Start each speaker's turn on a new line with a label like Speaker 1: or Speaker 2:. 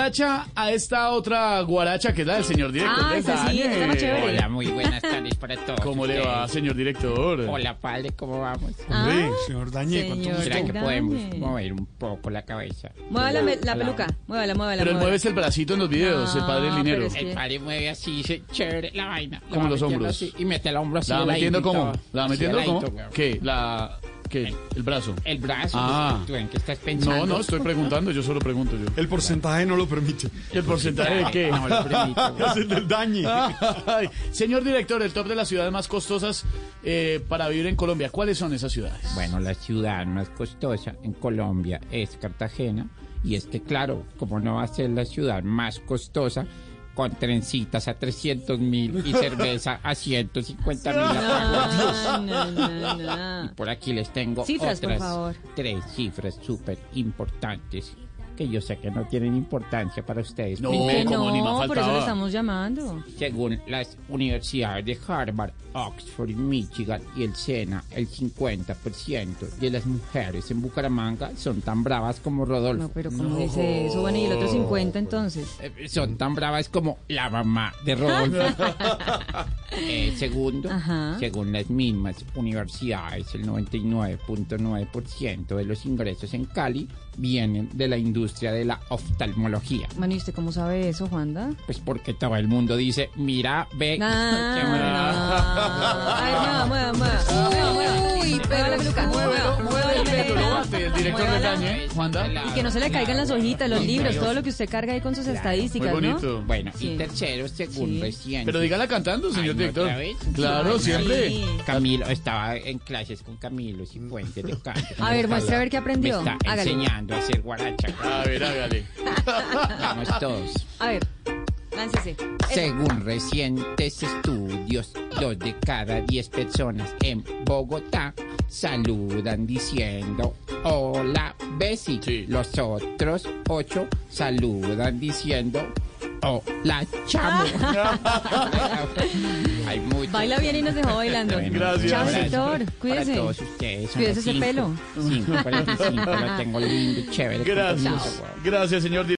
Speaker 1: guaracha a esta otra guaracha que es la del señor director.
Speaker 2: Ah, esa sí,
Speaker 1: Dale.
Speaker 2: está más chévere.
Speaker 3: Hola, muy buenas tardes para todos.
Speaker 1: ¿Cómo le
Speaker 3: ustedes.
Speaker 1: va, señor director?
Speaker 3: Hola, padre, ¿cómo vamos?
Speaker 1: Hombre,
Speaker 2: Ah,
Speaker 1: señor Dañé, con todo
Speaker 2: señor.
Speaker 1: gusto.
Speaker 3: ¿Será que
Speaker 2: Dame.
Speaker 3: podemos mover un poco la cabeza?
Speaker 2: Mueva la, me- la
Speaker 3: Hola.
Speaker 2: peluca, muévala, muévala.
Speaker 1: Pero él mueve
Speaker 2: muévala.
Speaker 1: es el bracito en los videos, el padre
Speaker 2: No,
Speaker 1: Linero.
Speaker 2: pero es que-
Speaker 3: El padre mueve así, dice, chévere la vaina. La
Speaker 1: Como
Speaker 3: va
Speaker 1: los
Speaker 3: metiendo
Speaker 1: hombros.
Speaker 3: así, y mete el hombro así.
Speaker 1: ¿La va
Speaker 3: de ladito
Speaker 1: metiendo
Speaker 3: y
Speaker 1: cómo?
Speaker 3: todo.
Speaker 1: ¿La va
Speaker 3: Así de
Speaker 1: metiendo cómo?
Speaker 3: ladito, weón.
Speaker 1: ¿Qué? ¿La... qué? ¿El brazo?
Speaker 2: Eh,
Speaker 3: El brazo.
Speaker 1: Ah.
Speaker 3: ¿Tú en qué estás
Speaker 1: No,
Speaker 3: pensando?
Speaker 1: no, estoy preguntando, yo solo pregunto yo.
Speaker 2: Eh,
Speaker 4: El porcentaje no lo permite.
Speaker 1: ¿El porcentaje de qué?
Speaker 3: No, lo permito, weón.
Speaker 4: Es el del dañe.
Speaker 2: Ah,
Speaker 1: Ay, señor director, el top de las ciudades más costosas eh, para vivir en Colombia. ¿Cuáles son esas ciudades?
Speaker 3: Bueno, la ciudad más costosa en Colombia es Cartagena. Y es que, claro, como no va a ser la ciudad más costosa, con trencitas a 300 mil y cerveza a 150 mil.
Speaker 2: No, no, no, no.
Speaker 3: Por aquí les tengo
Speaker 2: Cifras, por
Speaker 3: otras
Speaker 2: favor.
Speaker 3: tres cifras súper importantes que yo sé que no tienen importancia para ustedes.
Speaker 1: No.
Speaker 2: Que
Speaker 3: Primero,
Speaker 1: como ni más
Speaker 2: no, por eso
Speaker 1: faltaba.
Speaker 2: le estamos llamando.
Speaker 3: según las universidades de Harvard, Oxford, Michigan y el SENA, el 50% de las mujeres en Bucaramanga son tan bravas como Rodolfo.
Speaker 2: No, pero ¿cómo dice eso? Bueno, y el otro 50 entonces.
Speaker 3: Eh, Son tan bravas como la mamá de Rodolfo. Eh, segundo,
Speaker 2: Ajá.
Speaker 3: según las mismas universidades, el 99.9% de los ingresos en Cali vienen de la industria de la oftalmología.
Speaker 2: Bueno, ¿y usted cómo sabe eso, Juanda?
Speaker 3: Pues porque todo el mundo dice, mira, ve.
Speaker 2: No, no. A ver, mueva, mueva, mueva. Mueva, mueva. Mueva la peluca, mueva.
Speaker 1: Mueve el
Speaker 2: Mueva
Speaker 1: peto, lo
Speaker 2: la peluca.
Speaker 1: bate, el director de
Speaker 3: ¿eh?
Speaker 1: Dañe, Juanda.
Speaker 2: Y que no se le caigan las hojitas, los
Speaker 3: Sí,
Speaker 2: libros,
Speaker 3: claro.
Speaker 2: todo lo que usted carga ahí con sus
Speaker 3: Claro.
Speaker 1: Muy
Speaker 2: estadísticas, ¿no?
Speaker 1: bonito.
Speaker 3: Bueno,
Speaker 2: Sí.
Speaker 3: y tercero, según
Speaker 2: Sí.
Speaker 3: recién.
Speaker 1: Pero dígala cantando, señor
Speaker 3: Ay, ¿no
Speaker 1: director.
Speaker 3: otra vez?
Speaker 1: Claro,
Speaker 2: Ay,
Speaker 1: siempre.
Speaker 2: sí.
Speaker 3: Camilo, estaba en clases con Camilo Cifuentes de canto.
Speaker 2: A ver, muestre a ver qué
Speaker 3: Me
Speaker 2: aprendió.
Speaker 3: está
Speaker 2: Hágale.
Speaker 3: enseñando a hacer guaracha.
Speaker 1: A ver, hágale.
Speaker 3: Vamos todos.
Speaker 2: A ver, láncese.
Speaker 3: Según recientes estudios, dos de cada diez personas en Bogotá saludan diciendo hola Bessie.
Speaker 1: Sí.
Speaker 3: Los otros ocho saludan diciendo hola chamo. Hay muchos.
Speaker 2: Baila bien y nos dejó bailando.
Speaker 3: Bueno,
Speaker 1: Gracias.
Speaker 3: un
Speaker 2: Chao,
Speaker 3: abrazo
Speaker 2: sector. Cuídese.
Speaker 3: Para todos ustedes. Son
Speaker 2: Cuídese
Speaker 3: las
Speaker 2: ese
Speaker 3: cinco.
Speaker 2: pelo.
Speaker 3: Cinco, 45, lo tengo lindo, y chévere.
Speaker 1: Gracias.
Speaker 3: Chao.
Speaker 1: Gracias, señor director.